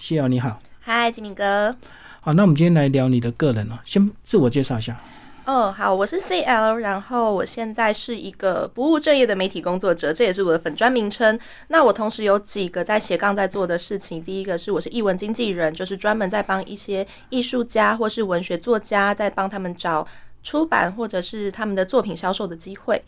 谢瑶你好，嗨，吉米哥。好，那我们今天来聊你的个人哦，先自我介绍一下。哦，好，我是 CL，然后我现在是一个不务正业的媒体工作者，这也是我的粉专名称。那我同时有几个在斜杠在做的事情，第一个是我是译文经纪人，就是专门在帮一些艺术家或是文学作家，在帮他们找。出版或者是他们的作品销售的机会。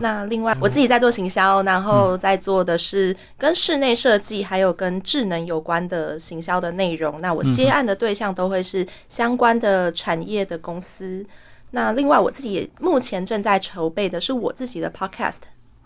那另外，我自己在做行销，然后在做的是跟室内设计还有跟智能有关的行销的内容。那我接案的对象都会是相关的产业的公司。那另外，我自己也目前正在筹备的是我自己的 podcast。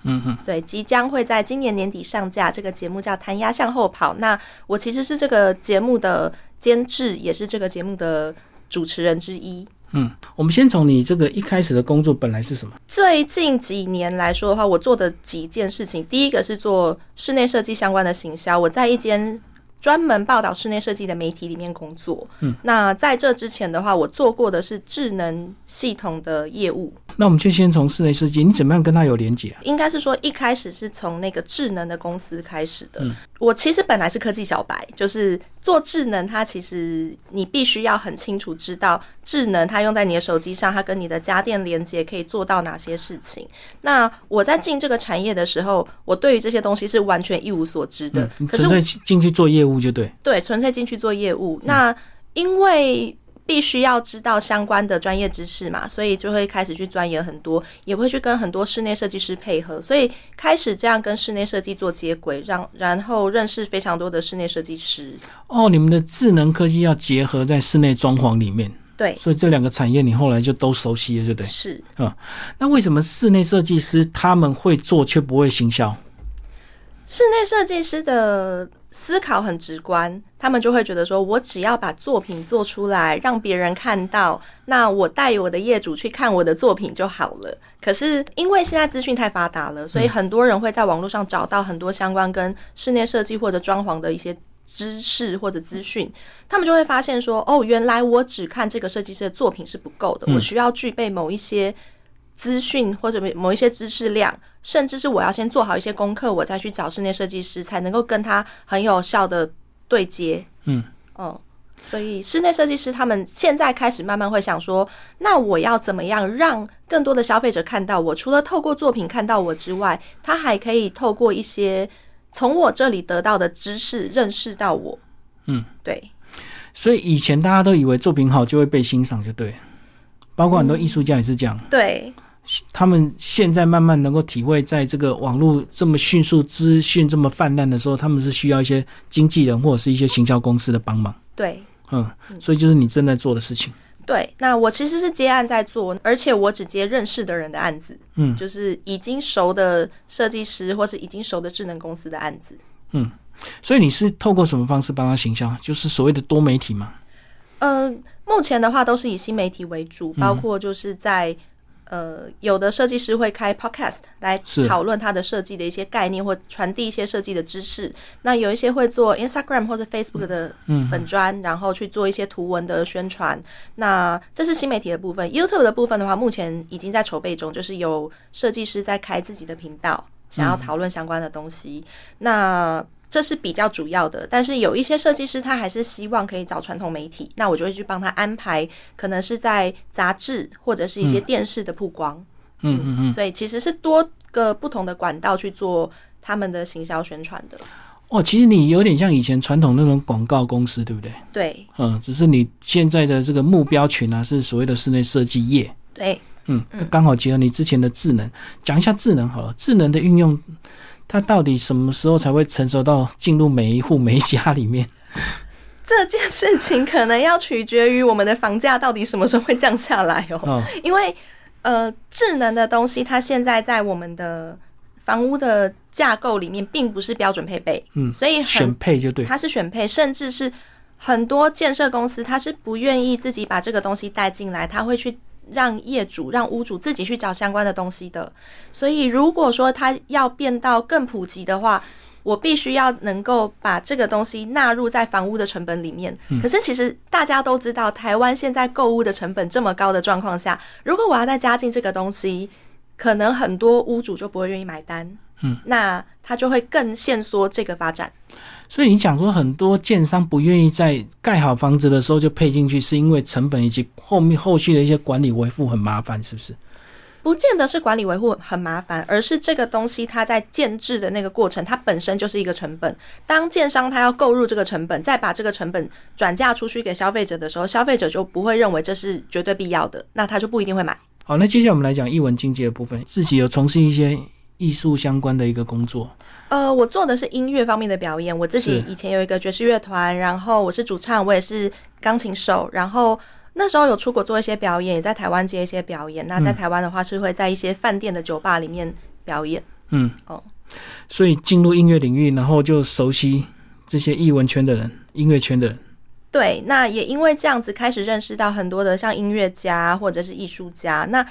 嗯哼，对，即将会在今年年底上架。这个节目叫《弹压向后跑》。那我其实是这个节目的监制，也是这个节目的主持人之一。嗯，我们先从你这个一开始的工作本来是什么？最近几年来说的话，我做的几件事情，第一个是做室内设计相关的行销，我在一间专门报道室内设计的媒体里面工作。嗯，那在这之前的话，我做过的是智能系统的业务，那我们就先从室内设计，你怎么样跟它有连接啊？应该是说一开始是从那个智能的公司开始的。我其实本来是科技小白，就是做智能，它其实你必须要很清楚知道智能它用在你的手机上，它跟你的家电连接可以做到哪些事情。那我在进这个产业的时候，我对于这些东西是完全一无所知的。你嗯可是纯我粹嗯进去做业务就对。对，纯粹进去做业务。那因为必须要知道相关的专业知识嘛，所以就会开始去钻研很多，也会去跟很多室内设计师配合，所以开始这样跟室内设计做接轨，让然后认识非常多的室内设计师。哦，你们的智能科技要结合在室内装潢里面，对，所以这两个产业你后来就都熟悉了，对不对？是那为什么室内设计师他们会做却不会行销？室内设计师的思考很直观，他们就会觉得说，我只要把作品做出来，让别人看到，那我带我的业主去看我的作品就好了。可是因为现在资讯太发达了，所以很多人会在网络上找到很多相关跟室内设计或者装潢的一些。知识或者资讯，他们就会发现说，哦，原来我只看这个设计师的作品是不够的，我需要具备某一些资讯或者某一些知识量，甚至是我要先做好一些功课，我再去找室内设计师，才能够跟他很有效的对接。嗯嗯，所以室内设计师他们现在开始慢慢会想说，那我要怎么样让更多的消费者看到我？除了透过作品看到我之外，他还可以透过一些从我这里得到的知识认识到我。嗯，对，所以以前大家都以为作品好就会被欣赏，就对了。包括很多艺术家也是这样，对，他们现在慢慢能够体会，在这个网络这么迅速、资讯这么泛滥的时候，他们是需要一些经纪人或者是一些行销公司的帮忙。对。嗯，所以就是你正在做的事情。对，那我其实是接案在做，而且我只接认识的人的案子，嗯就是已经熟的设计师或是已经熟的智能公司的案子。所以你是透过什么方式帮他行销？就是所谓的多媒体嘛。呃，目前的话都是以新媒体为主，包括就是在。呃，有的设计师会开 podcast 来是讨论他的设计的一些概念，或传递一些设计的知识。那有一些会做 Instagram 或者 Facebook 的粉砖，然后去做一些图文的宣传。那这是新媒体的部分。YouTube 的部分的话，目前已经在筹备中，就是有设计师在开自己的频道，想要讨论相关的东西。那这是比较主要的，但是有一些设计师他还是希望可以找传统媒体，那我就会去帮他安排，可能是在杂志或者是一些电视的曝光，嗯嗯嗯。所以其实是多个不同的管道去做他们的行销宣传的。哦，其实你有点像以前传统那种广告公司，对不对？对嗯，只是你现在的这个目标群啊，是所谓的室内设计业。对，嗯，那刚好结合你之前的智能，讲一下智能好了。智能的运用，它到底什么时候才会成熟到进入每一户每一家里面？这件事情可能要取决于我们的房价到底什么时候会降下来哦。哦，因为呃，智能的东西它现在在我们的房屋的架构里面并不是标准配备，嗯所以选哎很配就对。它是选配，甚至是很多建设公司它是不愿意自己把这个东西带进来，它会去。让业主、让屋主自己去找相关的东西的，所以如果说它要变到更普及的话，我必须要能够把这个东西纳入在房屋的成本里面。嗯可是其实大家都知道，台湾现在购物的成本这么高的状况下，如果我要再加进这个东西，可能很多屋主就不会愿意买单。嗯，那他就会更限缩这个发展。所以你讲说很多建商不愿意在盖好房子的时候就配进去，是因为成本以及后面后续的一些管理维护很麻烦，是不是？不见得是管理维护很麻烦，而是这个东西它在建制的那个过程，它本身就是一个成本。当建商他要购入这个成本，再把这个成本转嫁出去给消费者的时候，消费者就不会认为这是绝对必要的，那他就不一定会买。好，那接下来我们来讲艺文经济的部分，自己有从事一些艺术相关的一个工作。呃，我做的是音乐方面的表演，我自己是以前有一个爵士乐团，然后我是主唱，我也是钢琴手，然后。那时候有出国做一些表演，也在台湾接一些表演。那在台湾的话，是会在一些饭店的酒吧里面表演。嗯，哦，所以进入音乐领域，然后就熟悉这些艺文圈的人、音乐圈的人。对，那也因为这样子，开始认识到很多的像音乐家或者是艺术家。那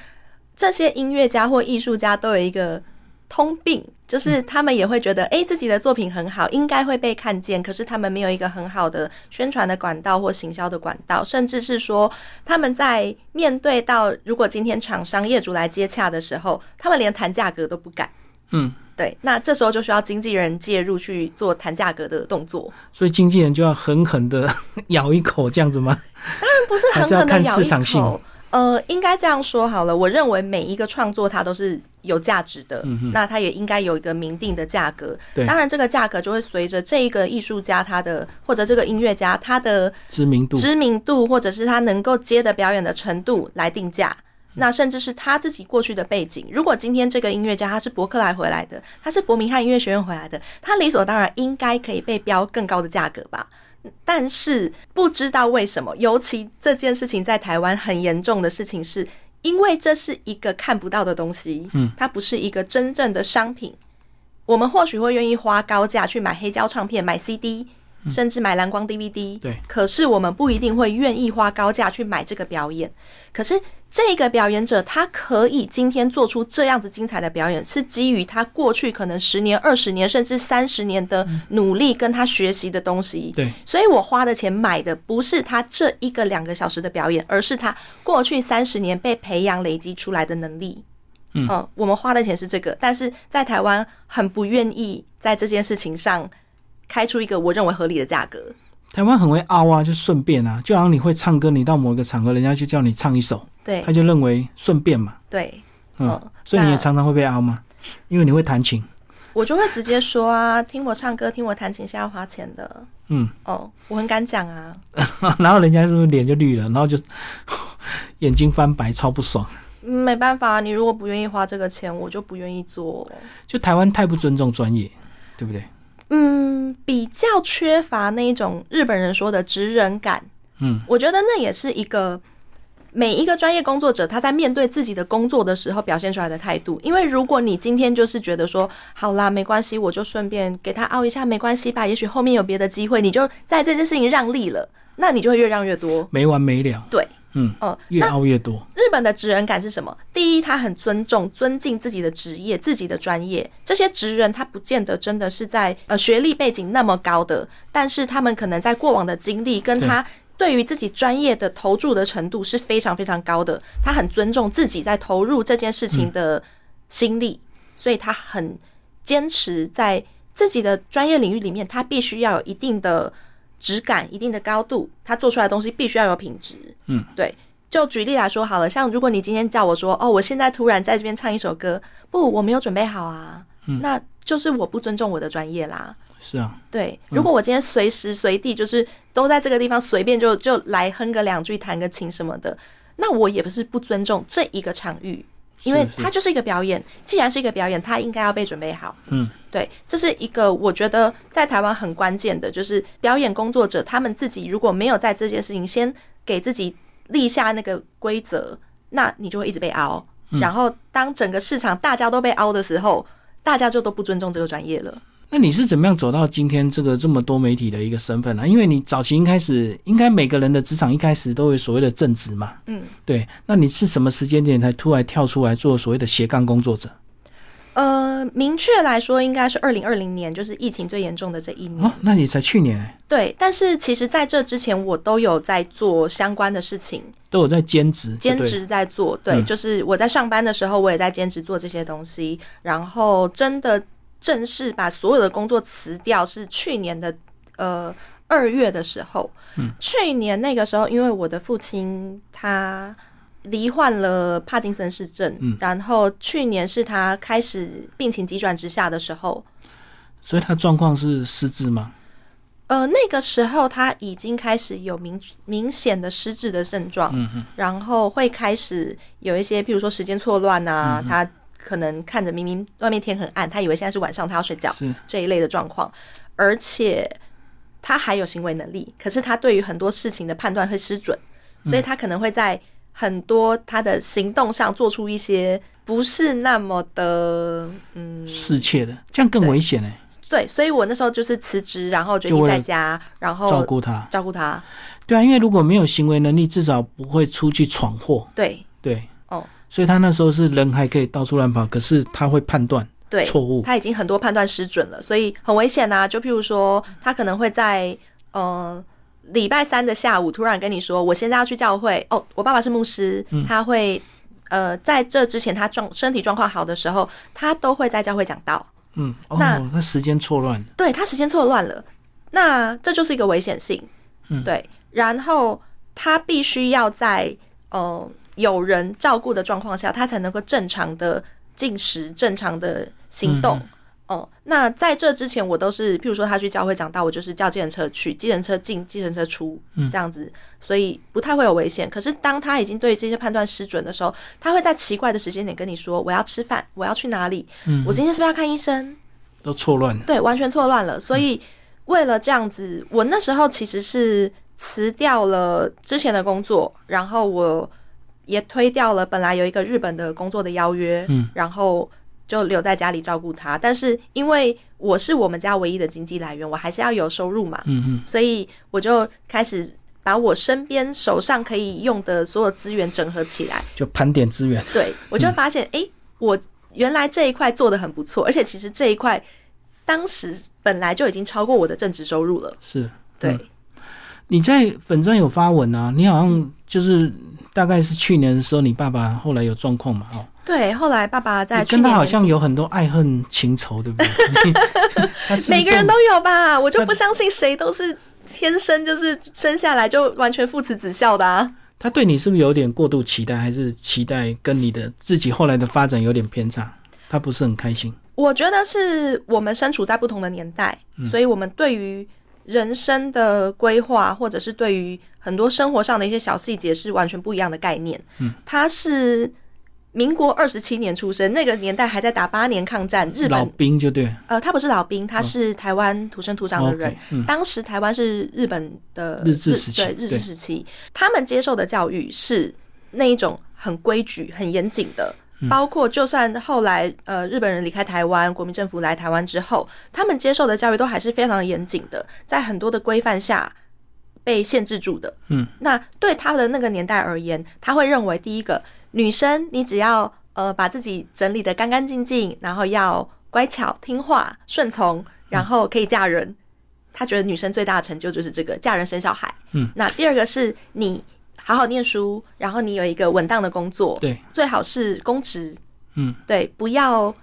这些音乐家或艺术家都有一个通病，就是他们也会觉得，诶，自己的作品很好，应该会被看见，可是他们没有一个很好的宣传的管道或行销的管道，甚至是说他们在面对到如果今天厂商业主来接洽的时候，他们连谈价格都不敢。嗯，对，那这时候就需要经纪人介入去做谈价格的动作。所以经纪人就要狠狠的 咬一口这样子吗？不是狠还是要狠的看咬市一场性口。呃，应该这样说好了。我认为每一个创作它都是有价值的，那它也应该有一个明定的价格。嗯对当然这个价格就会随着这一个艺术家他的或者这个音乐家他的知名度，知名度，或者是他能够接的表演的程度来定价。嗯那甚至是他自己过去的背景。如果今天这个音乐家他是伯克莱回来的，他是伯明翰音乐学院回来的，他理所当然应该可以被标更高的价格吧。但是不知道为什么，尤其这件事情在台湾很严重的事情是，因为这是一个看不到的东西，嗯，它不是一个真正的商品。我们或许会愿意花高价去买黑胶唱片、买 CD，甚至买蓝光 DVD，嗯对可是我们不一定会愿意花高价去买这个表演。可是这个表演者他可以今天做出这样子精彩的表演，是基于他过去可能十年、二十年甚至三十年的努力跟他学习的东西。嗯对，所以我花的钱买的不是他这一个两个小时的表演，而是他过去三十年被培养累积出来的能力。嗯呃我们花的钱是这个，但是在台湾很不愿意在这件事情上开出一个我认为合理的价格。台湾很会凹啊，就顺便啊，就好像你会唱歌，你到某一个场合，人家就叫你唱一首，对他就认为顺便嘛，对，嗯，哦所以你也那常常会被凹嘛，因为你会弹琴， 我就会直接说啊，听我唱歌，听我弹琴是要花钱的。嗯，哦，我很敢讲啊。然后人家是不是脸就绿了，然后就 眼睛翻白，超不爽。嗯没办法，你如果不愿意花这个钱，我就不愿意做。就台湾太不尊重专业，对不对？嗯，比较缺乏那一种日本人说的职人感。嗯，我觉得那也是一个每一个专业工作者他在面对自己的工作的时候表现出来的态度。因为如果你今天就是觉得说，好啦，没关系，我就顺便给他凹一下，没关系吧，也许后面有别的机会，你就在这件事情让利了，那你就会越让越多。没完没了，对，嗯，呃，越凹越多。日本的职人感是什么？第一，他很尊重、尊敬自己的职业、自己的专业。这些职人他不见得真的是在呃学历背景那么高的，但是他们可能在过往的经历跟他对于自己专业的投注的程度是非常非常高的。他很尊重自己在投入这件事情的心力，所以他很坚持在自己的专业领域里面，他必须要有一定的质感、一定的高度，他做出来的东西必须要有品质。嗯，对。就举例来说好了，像如果你今天叫我说，哦，我现在突然在这边唱一首歌，不，我没有准备好啊，那就是我不尊重我的专业啦。是啊，对，如果我今天随时随地就是都在这个地方随便就就来哼个两句、弹个琴什么的，那我也不是不尊重这一个场域，因为是它就是一个表演。既然是一个表演，它应该要被准备好。嗯，对，这是一个我觉得在台湾很关键的，就是表演工作者他们自己如果没有在这件事情先给自己立下那个规则，那你就会一直被凹。嗯然后当整个市场大家都被凹的时候，大家就都不尊重这个专业了。那你是怎么样走到今天这个这么多媒体的一个身份呢、啊因为你早期一开始，应该每个人的职场一开始都有所谓的正职嘛，嗯，对。那你是什么时间点才突然跳出来做所谓的斜杠工作者？呃，明确来说，应该是二零二零年，就是疫情最严重的这一年。哦，那也才去年、欸、对，但是其实在这之前，我都有在做相关的事情，都有在兼职，兼啊对不对，职在做。对，嗯就是我在上班的时候，我也在兼职做这些东西。然后真的正式把所有的工作辞掉，是去年的呃二月的时候，嗯去年那个时候，因为我的父亲他罹患了帕金森氏症，嗯然后去年是他开始病情急转直下的时候，所以他状况是失智吗？呃，那个时候他已经开始有明明显的失智的症状，嗯然后会开始有一些，譬如说时间错乱啊，嗯他可能看着明明外面天很暗，他以为现在是晚上，他要睡觉是这一类的状况，而且他还有行为能力，可是他对于很多事情的判断会失准，所以嗯他可能会在很多他的行动上做出一些不是那么的嗯失窃的，这样更危险哎、对，所以我那时候就是辞职，然后决就定为了在家，然照后顾他。照顾他，对啊，因为如果没有行为能力，至少不会出去闯祸。对。对，哦，所以他那时候是人还可以到处乱跑，可是他会判断对，错误。他已经很多判断失准了，所以很危险呐、就譬如说，他可能会在呃礼拜三的下午突然跟你说，我现在要去教会哦，我爸爸是牧师，嗯他会呃在这之前他状身体状况好的时候，他都会在教会讲道。嗯，哦，那那时间错乱，对他时间错乱了，那这就是一个危险性。嗯对，然后他必须要在呃有人照顾的状况下，他才能够正常的进食、正常的行动。哦、那在这之前，我都是，譬如说他去教会讲道，我就是叫计程车去，计程车进，计程车出，这样子，所以不太会有危险。可是当他已经对这些判断失准的时候，他会在奇怪的时间点跟你说：“我要吃饭，我要去哪里？我今天是不是要看医生？都错乱。对，完全错乱了。所嗯以为了这样子，我那时候其实是辞掉了之前的工作，然后我也推掉了本来有一个日本的工作的邀约，嗯，然后就留在家里照顾他。但是因为我是我们家唯一的经济来源，我还是要有收入嘛，嗯嗯，所以我就开始。把我身边手上可以用的所有资源整合起来，就盘点资源。对我就会发现，诶，我原来这一块做的很不错，而且其实这一块当时本来就已经超过我的正职收入了。是对，嗯你在粉专有发文啊？你好像就是大概是去年的时候，你爸爸后来有状况嘛？哦，对，后来爸爸在你去跟年他好年像有很多爱恨情仇，对不 对？他是不是每个人跟都有吧，我就不相信谁都是天生就是生下来就完全父慈子孝的啊。他对你是不是有点过度期待，还是期待跟你的自己后来的发展有点偏差？他不是很开心。我觉得是我们身处在不同的年代，所以我们对于人生的规划，或者是对于很多生活上的一些小细节，是完全不一样的概念。嗯，他是民国二十七年出生，那个年代还在打八年抗战，日老本兵就对了呃，他不是老兵，他是台湾土生土长的人。 ，OK，嗯，当时台湾是日本的日治时期对日对治时期，他们接受的教育是那一种很规矩、很严谨的。嗯包括就算后来呃日本人离开台湾，国民政府来台湾之后，他们接受的教育都还是非常严谨的，在很多的规范下被限制住的。嗯，那对他的那个年代而言，他会认为第一个女生你只要呃把自己整理的干干净净，然后要乖巧听话顺嗯从，然后可以嫁人，他觉得女生最大的成就就是这个嫁人生小孩。嗯，那第二个是你好好念书，然后你有一个稳当的工作，对，最好是公职。嗯，对，不要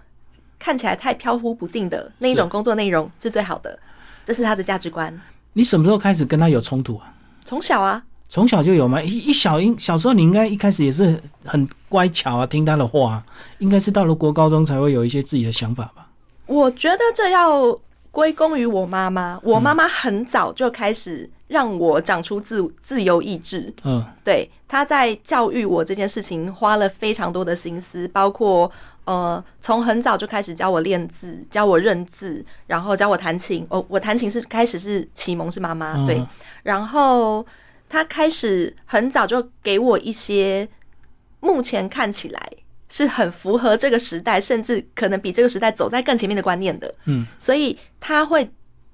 看起来太飘忽不定的那一种工作内容是最好的，这是他的价值观。你什么时候开始跟他有冲突啊？从小啊，从小就有吗？一一小应小时候你应该一开始也是很乖巧啊，听他的话、啊，应该是到了国高中才会有一些自己的想法吧？我觉得这要归功于我妈妈，我妈妈很早就开始让我长出自自由意志。嗯，对，他在教育我这件事情花了非常多的心思，包括呃，从很早就开始教我练字，教我认字，然后教我弹琴。哦，我弹琴是开始是启蒙是妈妈、嗯对，然后他开始很早就给我一些目前看起来是很符合这个时代，甚至可能比这个时代走在更前面的观念的。嗯，所以他会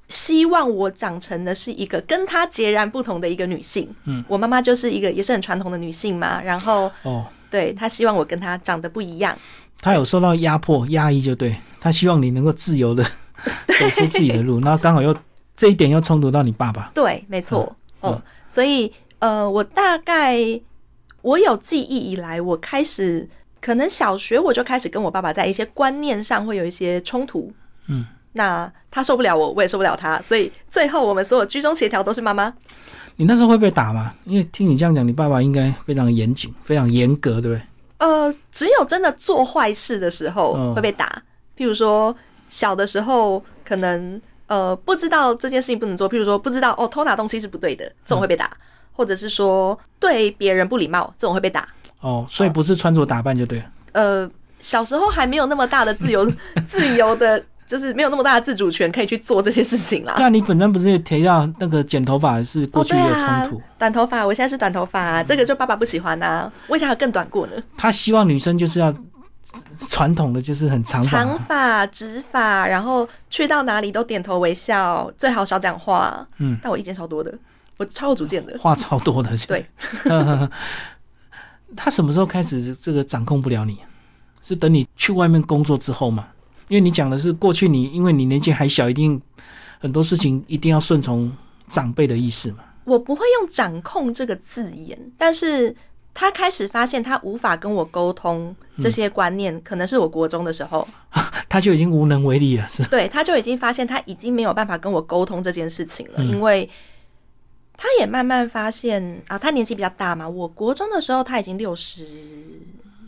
希望我长成的是一个跟他截然不同的一个女性。嗯，我妈妈就是一个也是很传统的女性嘛，然后哦，对她希望我跟她长得不一样。他有受到压迫、压抑，就对他希望你能够自 由的走出自己的路，然后刚好又这一点又冲突到你爸爸，对，没错。嗯嗯，嗯所以呃，我大概我有记忆以来，我开始可能小学我就开始跟我爸爸在一些观念上会有一些冲突。嗯那他受不了我，我也受不了他，所以最后我们所有居中协调都是妈妈。你那时候会被打吗？因为听你这样讲，你爸爸应该非常严谨、非常严格，对不对？呃，只有真的做坏事的时候嗯会被打，譬如说小的时候可能呃不知道这件事情不能做，譬如说不知道哦偷拿东西是不对的，这种会被打，嗯或者是说对别人不礼貌，这种会被打。哦，所以不是穿着打扮就对了。呃，小时候还没有那么大的自 由，自由的，就是没有那么大的自主权可以去做这些事情啦。那你本身不是也提到那个剪头发是过哦，去对也有啊冲突？，短头发，我现在是短头发、这个就爸爸不喜欢啊。我以前还有更短过呢，他希望女生就是要传统的，就是很长发。长发、直发，然后去到哪里都点头微笑，最好少讲话。嗯，但我意见超多的，我超有主见的。话超多的，现在对。 他什么时候开始这个掌控不了你？是等你去外面工作之后嘛？因为你讲的是过去你，因为你年纪还小，一定很多事情一定要顺从长辈的意思嘛。我不会用“掌控”这个字眼，但是他开始发现他无法跟我沟通嗯这些观念，可能是我国中的时候，他就已经无能为力了，是对，他就已经发现他已经没有办法跟我沟通这件事情了，嗯因为他也慢慢发现啊，他年纪比较大嘛，我国中的时候他已经六十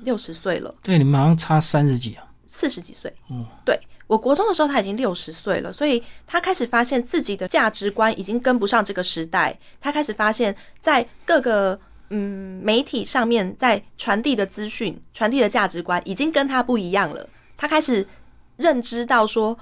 六十岁了，对你们好像差三十几啊。四十几岁，嗯，对我国中的时候他已经六十岁了，所以他开始发现自己的价值观已经跟不上这个时代，他开始发现，在各个嗯媒体上面在传递的资讯、传递的价值观已经跟他不一样了，他开始认知到说。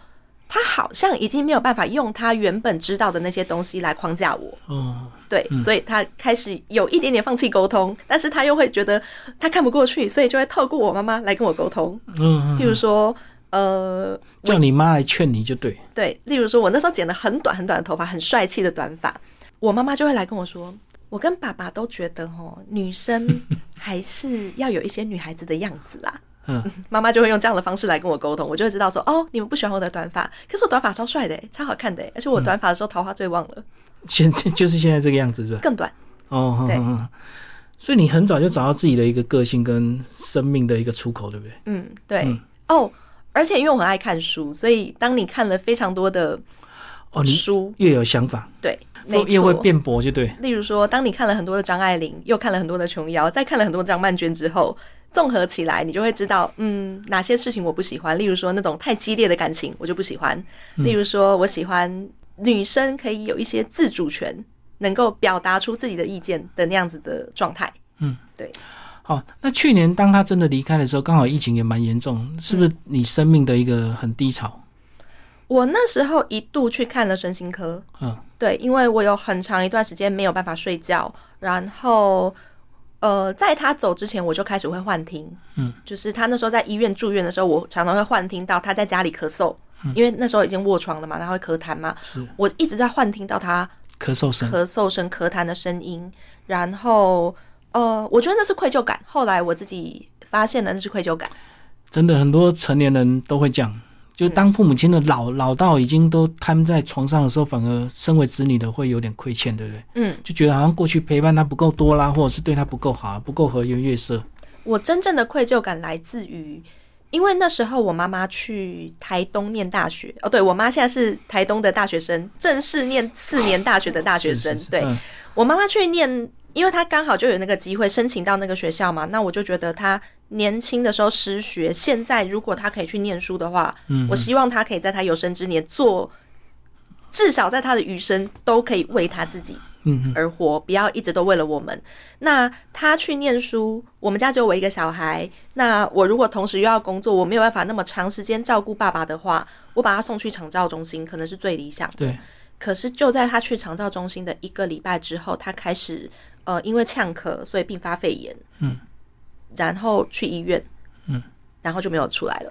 他好像已经没有办法用他原本知道的那些东西来框架我，哦，对，所以他开始有一点点放弃沟通，但是他又会觉得他看不过去，所以就会透过我妈妈来跟我沟通。嗯，譬如说，呃，叫你妈来劝你就对。对，例如说我那时候剪了很短很短的头发，很帅气的短发，我妈妈就会来跟我说，我跟爸爸都觉得哦，女 生还是要有一些女孩子的样子啦。嗯， 妈妈就会用这样的方式来跟我沟通，我就会知道说，哦，你们不喜欢我的短发，可是我短发超帅的，欸超好看的，而嗯且我短发的时候桃花最旺了，现在就是现在这个样子，是吧？更短。哦，对嗯嗯嗯所以你很早就找到自己的一个个性跟生命的一个出口，对不对？嗯，对。哦，而且因为我很爱看书，所以当你看了非常多的哦，你书，越有想法，对，没越会错。辩驳，就对。例如说，当你看了很多的张爱玲，又看了很多的琼瑶，再看了很多张曼娟之后，综合起来，你就会知道，嗯，哪些事情我不喜欢。例如说，那种太激烈的感情，我就不喜欢。例如说，我喜欢女生可以有一些自主权，能够表达出自己的意见的那样子的状态。嗯，对。好，那去年当他真的离开的时候，刚好疫情也蛮严嗯重，是不是你生命的一个很低潮？我那时候一度去看了身心科，嗯，对，因为我有很长一段时间没有办法睡觉，然后呃，在他走之前我就开始会幻听，嗯，就是他那时候在医院住院的时候，我常常会幻听到他在家里咳嗽，因为那时候已经卧床了嘛，他会咳痰嘛嗯是，我一直在幻听到他咳嗽声。咳嗽声、咳痰的声音，然后呃，我觉得那是愧疚感，后来我自己发现了那是愧疚感，真的很多成年人都会这样，嗯就当父母亲的老老到已经都瘫在床上的时候，反而身为子女的会有点亏欠，对不对？嗯，就觉得好像过去陪伴他不够多啦，或者是对他不够好，啊不够和颜悦色。我真正的愧疚感来自于，因为那时候我妈妈去台东念大学，哦，对我妈现在是台东的大学生，正式念四年大学的大学生。 是是是对、嗯我妈妈去念，因为她刚好就有那个机会申请到那个学校嘛，那我就觉得她年轻的时候失学，现在如果她可以去念书的话，嗯我希望她可以在她有生之年做。至少在她的余生都可以为她自己嗯嗯，而活，不要一直都为了我们。那他去念书，我们家只有我一个小孩。那我如果同时又要工作，我没有办法那么长时间照顾爸爸的话，我把他送去长照中心可能是最理想的。对，可是就在他去长照中心的一个礼拜之后，他开始呃因为呛咳，所以并发肺炎。嗯，然后去医院。嗯，然后就没有出来了。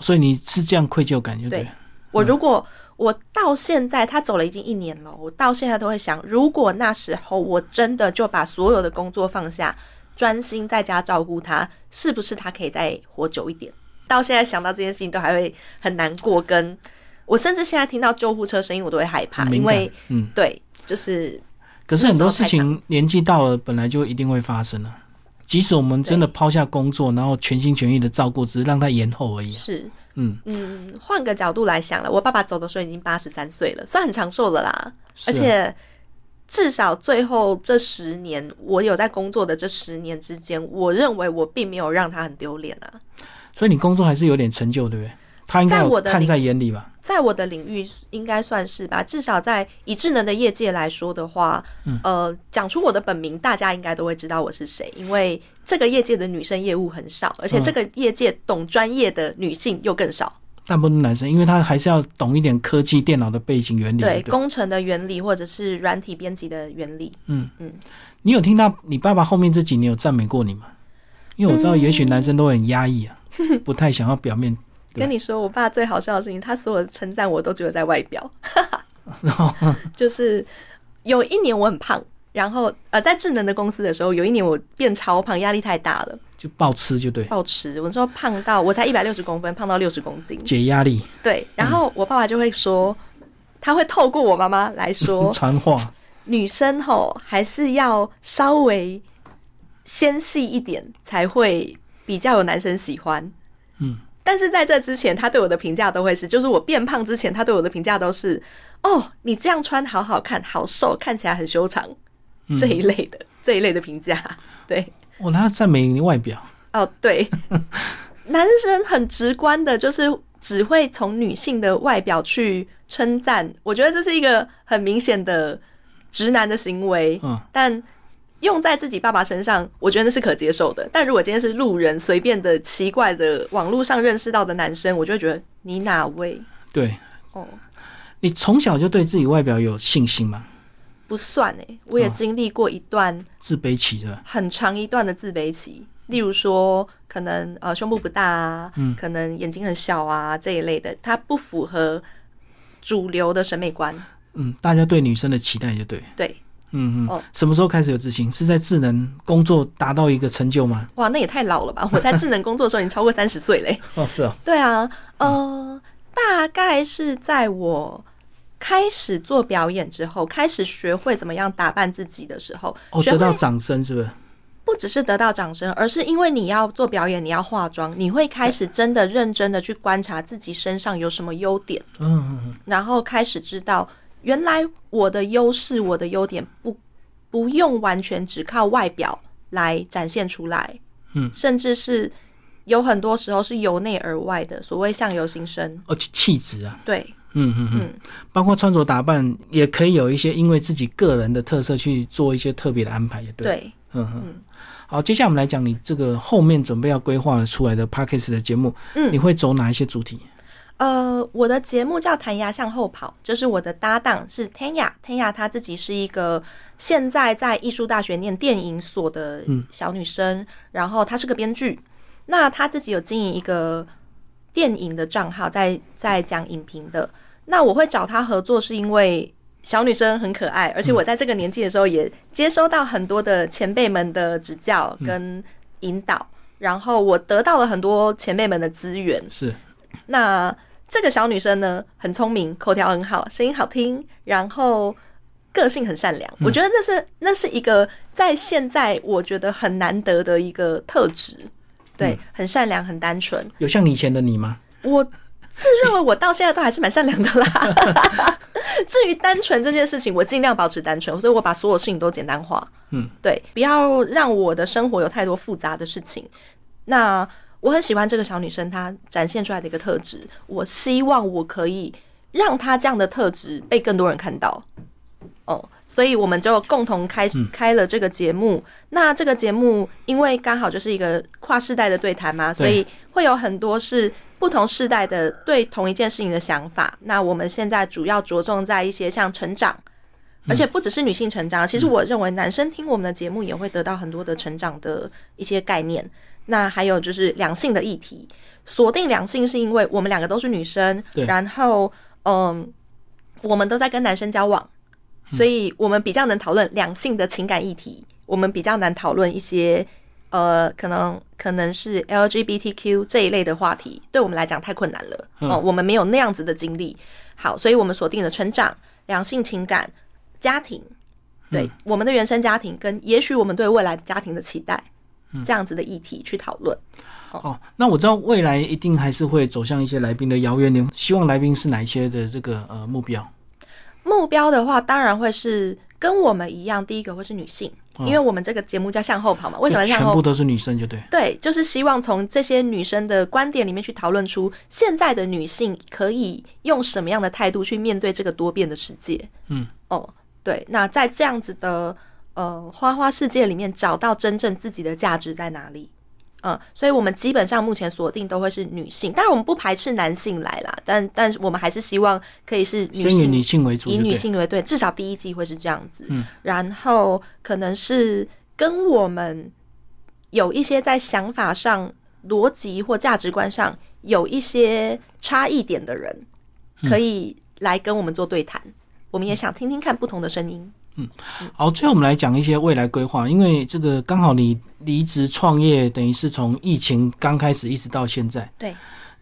所以你是这样愧疚感，就对。对我如果我到现在他走了已经一年了，我到现在都会想，如果那时候我真的就把所有的工作放下，专心在家照顾他，是不是他可以再活久一点？到现在想到这件事情都还会很难过，跟我甚至现在听到救护车声音我都会害怕很，敏因感为嗯，对，就是可是很多那时事候太情年纪到了，本来就一定会发生了、啊即使我们真的抛下工作，然后全心全意的照顾，只是让他延后而已啊。是，嗯，嗯，换个角度来想了，我爸爸走的时候已经八十三岁了，算很长寿了啦。是啊而且至少最后这十年，我有在工作的这十年之间，我认为我并没有让他很丢脸啊。所以你工作还是有点成就，对不对？他应该在我有的看领在眼里吧？在我的领域应该算是吧，至少在以智能的业界来说的话，嗯呃，讲出我的本名，大家应该都会知道我是谁，因为这个业界的女生业务很少，而且嗯这个业界懂专业的女性又更少。大部分男生，因为他还是要懂一点科技、电脑的背景原理。对对，不对，工程的原理或者是软体编辑的原理，你有听到你爸爸后面这几年有赞美过你吗？因为我知嗯道，也许男生都会很压抑啊，不太想要表面。对跟你说，我爸最好笑的事情，他所有的称赞我都只有在外 表，就是有一年我很胖，然后呃，在智能的公司的时候，有一年我变超胖，压力太大了，就暴吃就对，暴吃，我说胖到我才一百六十公分，胖到六十公斤，解压力、，对，然后我爸爸就会说，他会透过我妈妈来 说传话，女生吼还是要稍微纤细一点，才会比较有男生喜欢。嗯，但是在这之前，他对我的评价都会是，就是我变胖之前，他对我的评价都是，哦，你这样穿好好看，好瘦，看起来很修长嗯这一类的、这一类的评价。对，我他哦赞美你外表，哦，对，男生很直观的，就是只会从女性的外表去称赞，我觉得这是一个很明显的直男的行为，嗯，但。用在自己爸爸身上，我觉得那是可接受的。但如果今天是路人随便的、奇怪的网络上认识到的男生，我就会觉得你哪位？对哦，你从小就对自己外表有信心吗？不算哎、我也经历过一段自卑期是吧？很长一段的自卑期，例如说可能呃胸部不大啊，可能眼睛很小啊这一类的，它不符合主流的审美观。嗯，大家对女生的期待就对，对，嗯嗯哦。什么时候开始有自信？是在智能工作达到一个成就吗？哇，那也太老了 吧！我在智能工作的时候已经超过三十岁嘞。 哦，是哦，对啊，呃，大概是在我开始做表演之后，开始学会怎么样打扮自己的时候，哦，学得会到掌声是不是？不只是得到掌声，而是因为你要做表演，你要化妆，你会开始真的认真的去观察自己身上有什么优点。嗯嗯然后开始知道，原来我的优势、我的优点不不用完全只靠外表来展现出来，嗯，甚至是有很多时候是由内而外的，所谓相由心生嗯，。哦，气气质啊，对，嗯嗯嗯嗯，包括穿着打扮也可以有一些因为自己个人的特色去做一些特别的安排，也对。对，嗯嗯。好，接下来我们来讲你这个后面准备要规划出来的 p a c k a g e 的节目，嗯你会走哪一些主题？呃，我的节目叫《弹牙向后跑》，这是我的搭档是 Tanya，Tanya 她自己是一个现在在艺术大学念电影所的小女生，然后她是个编剧，那她自己有经营一个电影的账号，在在讲影评的。那我会找她合作，是因为小女生很可爱，而且我在这个年纪的时候也接收到很多的前辈们的指教跟引导，然后我得到了很多前辈们的资源。是那这个小女生呢，很聪明，口条很好，声音好听，然后个性很善良。我觉得那是那是一个在现在我觉得很难得的一个特质，对，很善良，很单纯。有像你以前的你吗？我自认为我到现在都还是蛮善良的啦。 至于单纯这件事情，我尽量保持单纯，所以我把所有事情都简单化。嗯，对，不要让我的生活有太多复杂的事情。那我很喜欢这个小女生她展现出来的一个特质，我希望我可以让她这样的特质被更多人看到。哦，所以我们就共同开开了这个节目。那这个节目因为刚好就是一个跨世代的对谈嘛，所以会有很多是不同世代的对同一件事情的想法。那我们现在主要着重在一些像成长。而且不只是女性成长，其实我认为男生听我们的节目也会得到很多的成长的一些概念。那还有就是两性的议题，锁定两性是因为我们两个都是女生，对然后嗯，我们都在跟男生交往，所以我们比较能讨论两性的情感议题，我们比较难讨论一些呃，可能可能是 LGBTQ 这一类的话题，对我们来讲太困难了哦、我们没有那样子的经历。好，所以我们锁定了成长、两性情感、家庭，对、我们的原生家庭跟也许我们对未来家庭的期待，这样子的议题去讨论。哦，那我知道未来一定还是会走向一些来宾的遥远。你希望来宾是哪一些的这个呃目标？目标的话，当然会是跟我们一样，第一个会是女性，嗯因为我们这个节目叫向后跑嘛。为什么就向全后部都是女生就对？对，就是希望从这些女生的观点里面去讨论出现在的女性可以用什么样的态度去面对这个多变的世界。嗯，哦，对，那在这样子的呃花花世界里面找到真正自己的价值在哪里？嗯，所以我们基本上目前锁定都会是女性，当然我们不排斥男性来啦，但但是我们还是希望可以是女先以性女性为主以就对女。性为对，至少第一季会是这样子。嗯然后可能是跟我们有一些在想法上、逻辑或价值观上有一些差异点的人，嗯可以来跟我们做对谈。我们也想听听看不同的声音。好，最后我们来讲一些未来规划，因为这个刚好你离职创业，等于是从疫情刚开始一直到现在。对。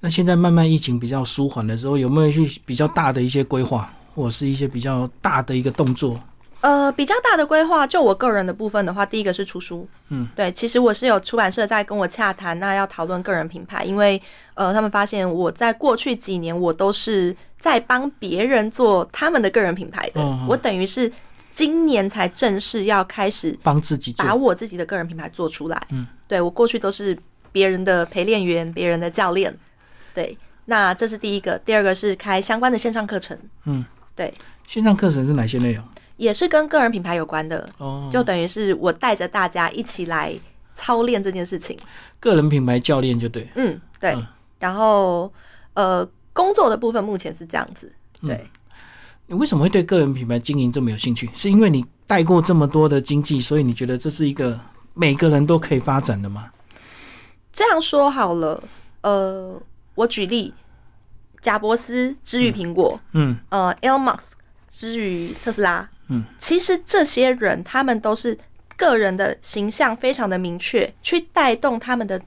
那现在慢慢疫情比较舒缓的时候，有没有一些比较大的一些规划，或者是一些比较大的一个动作？呃，比较大的规划，就我个人的部分的话，第一个是出书。嗯，对，其实我是有出版社在跟我洽谈，那要讨论个人品牌，因为呃，他们发现我在过去几年我都是在帮别人做他们的个人品牌的，嗯嗯我等于是今年才正式要开始帮自己做把我自己的个人品牌做出来。嗯，对我过去都是别人的陪练员、别人的教练，对，那这是第一个，第二个是开相关的线上课程，嗯线上课程是哪些内容？也是跟个人品牌有关的。哦，就等于是我带着大家一起来操练这件事情。个人品牌教练就对。嗯，对。嗯然后呃，工作的部分目前是这样子。嗯对，你为什么会对个人品牌经营这么有兴趣？是因为你带过这么多的经济，所以你觉得这是一个每个人都可以发展的吗？这样说好了。呃，我举例，贾伯斯之于苹果，嗯，呃，Elon Musk 之于特斯拉。嗯，其实这些人他们都是个人的形象非常的明确，去带动他们的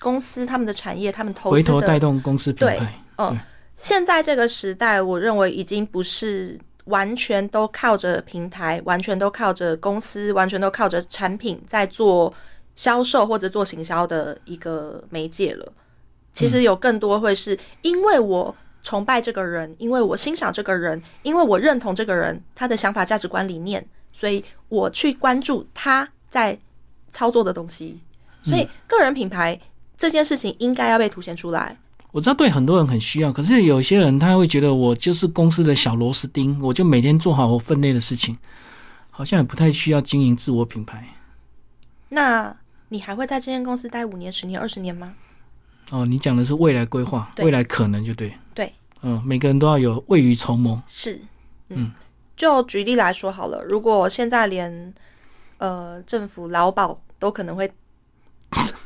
公司、他们的产业、他们投资回的头带动公司品对牌。嗯现在这个时代，我认为已经不是完全都靠着平台，完全都靠着公司，完全都靠着产品在做销售或者做行销的一个媒介了。其实有更多会是因为我崇拜这个人，因为我欣赏这个人，因为我认同这个人他的想法、价值观、理念，所以我去关注他在操作的东西。所以个人品牌这件事情应该要被凸显出来。我知道对很多人很需要，可是有些人他会觉得我就是公司的小螺丝钉，我就每天做好我分内的事情，好像也不太需要经营自我品牌。那你还会在这间公司待五年、十年、二十年吗？哦，你讲的是未来规划，对未来可能就对。对，嗯，每个人都要有未雨绸缪。是，嗯嗯。就举例来说好了，如果现在连呃政府劳保都可能会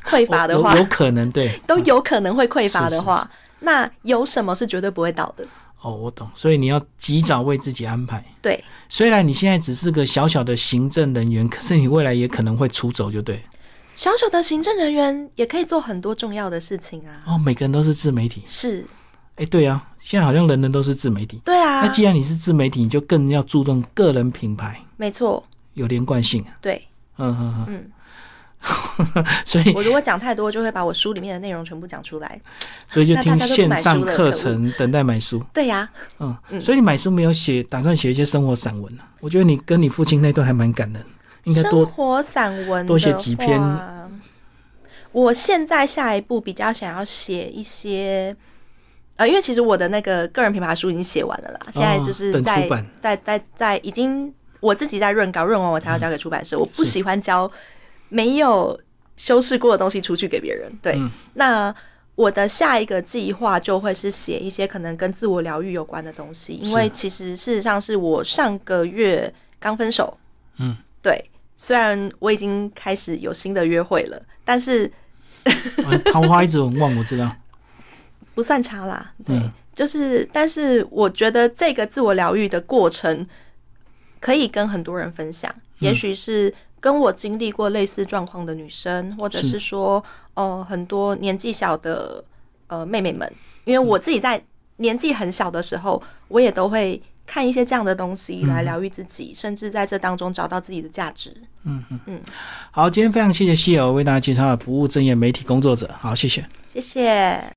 匮乏的有话，有可能对。都有可能会匮乏是的是话，那有什么是绝对不会倒的？哦，我懂，所以你要及早为自己安排。对，虽然你现在只是个小小的行政人员，可是你未来也可能会出走，就对。小小的行政人员也可以做很多重要的事情啊。哦，每个人都是自媒体。是，哎，对啊，现在好像人人都是自媒体。对啊那，既然你是自媒体，你就更要注重个人品牌没错，有连贯性。对。嗯嗯嗯，嗯， 所以我如果讲太多，就会把我书里面的内容全部讲出来。所以就那听大家都不线买上书了课可恶程，等待买书。对呀、嗯，嗯所以你买书没有写，打算写一些生活散文啊？我觉得你跟你父亲那段还蛮感人，应该生多活散文的多写几篇话。我现在下一步比较想要写一些，呃，因为其实我的那个个人品牌书已经写完了啦，现在就是啊等出在、版在在在已经我自己在润稿，润完我才要交给出版社。我不嗯是喜欢交没有修饰过的东西出去给别人。对，嗯那。我的下一个计划就会是写一些可能跟自我疗愈有关的东西，因为是其实事实上是我上个月刚分手，嗯对，虽然我已经开始有新的约会了，但是啊桃花一直很旺，我知道。不算差啦。对，嗯就是，但是我觉得这个自我疗愈的过程可以跟很多人分享，嗯也许是跟我经历过类似状况的女生，或者是是说，呃，很多年纪小的呃妹妹们，因为我自己在年纪很小的时候，我也都会看一些这样的东西嗯来疗愈自己，甚至在这当中找到自己的价值。好，今天非常谢谢希尔为大家介绍了不务正业媒体工作者，好，谢谢。谢谢。